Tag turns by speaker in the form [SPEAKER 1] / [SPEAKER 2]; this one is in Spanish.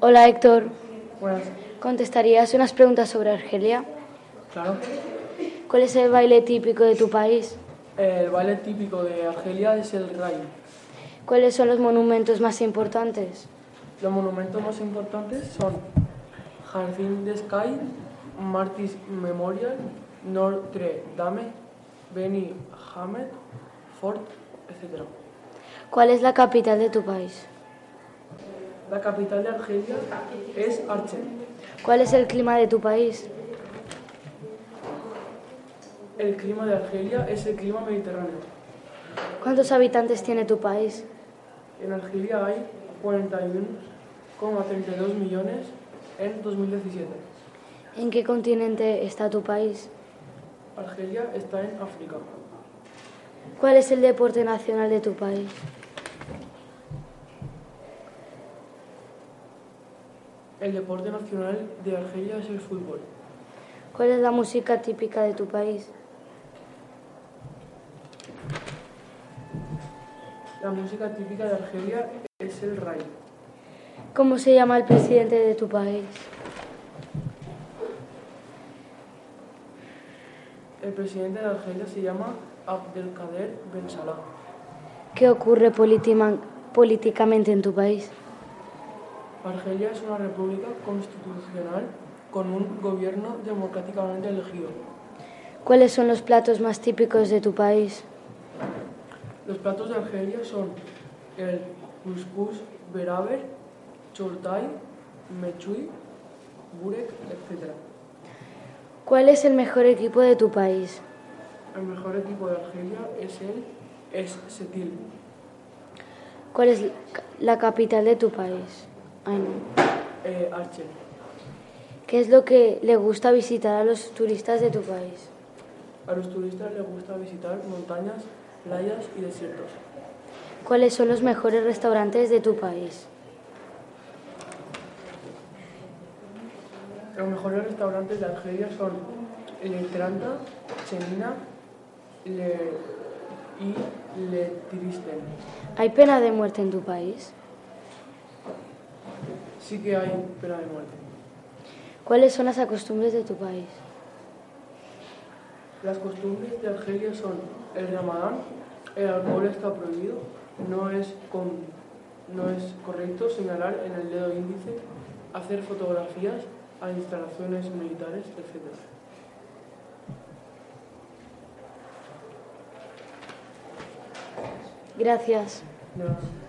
[SPEAKER 1] Hola Héctor,
[SPEAKER 2] Buenas.
[SPEAKER 1] ¿contestarías unas preguntas sobre Argelia?
[SPEAKER 2] Claro.
[SPEAKER 1] ¿Cuál es el baile típico de tu país?
[SPEAKER 2] El baile típico de Argelia es el rayo.
[SPEAKER 1] ¿Cuáles son los monumentos más importantes?
[SPEAKER 2] Los monumentos más importantes son Jardín de Sky, Martis Memorial, Notre Dame, Beni Hamed, Ford, etc.
[SPEAKER 1] ¿Cuál es la capital de tu país?
[SPEAKER 2] La capital de Argelia es Arche.
[SPEAKER 1] ¿Cuál es el clima de tu país?
[SPEAKER 2] El clima de Argelia es el clima mediterráneo.
[SPEAKER 1] ¿Cuántos habitantes tiene tu país?
[SPEAKER 2] En Argelia hay 41,32 millones en 2017.
[SPEAKER 1] ¿En qué continente está tu país?
[SPEAKER 2] Argelia está en África.
[SPEAKER 1] ¿Cuál es el deporte nacional de tu país?
[SPEAKER 2] El deporte nacional de Argelia es el fútbol.
[SPEAKER 1] ¿Cuál es la música típica de tu país?
[SPEAKER 2] La música típica de Argelia es el ray.
[SPEAKER 1] ¿Cómo se llama el presidente de tu país?
[SPEAKER 2] El presidente de Argelia se llama Abdelkader Ben Salah.
[SPEAKER 1] ¿Qué ocurre politima- políticamente en tu país?
[SPEAKER 2] Argelia es una república constitucional con un gobierno democráticamente elegido.
[SPEAKER 1] ¿Cuáles son los platos más típicos de tu país?
[SPEAKER 2] Los platos de Argelia son el couscous beraber, chortay, mechoui, burek, etc.
[SPEAKER 1] ¿Cuál es el mejor equipo de tu país?
[SPEAKER 2] El mejor equipo de Argelia es el Es Setil.
[SPEAKER 1] ¿Cuál es la capital de tu país? Ay, no.
[SPEAKER 2] Eh, Archel.
[SPEAKER 1] ¿Qué es lo que le gusta visitar a los turistas de tu país?
[SPEAKER 2] A los turistas les gusta visitar montañas, playas y desiertos.
[SPEAKER 1] ¿Cuáles son los mejores restaurantes de tu país?
[SPEAKER 2] Los mejores restaurantes de Argelia son Le Tranta, Chenina Le... y Le Tristen.
[SPEAKER 1] ¿Hay pena de muerte en tu país?
[SPEAKER 2] Sí que hay pena de muerte.
[SPEAKER 1] ¿Cuáles son las costumbres de tu país?
[SPEAKER 2] Las costumbres de Argelia son el ramadán, el alcohol está prohibido, no es, con- no es correcto señalar en el dedo índice, hacer fotografías a instalaciones militares, etc.
[SPEAKER 1] Gracias.
[SPEAKER 2] Ya.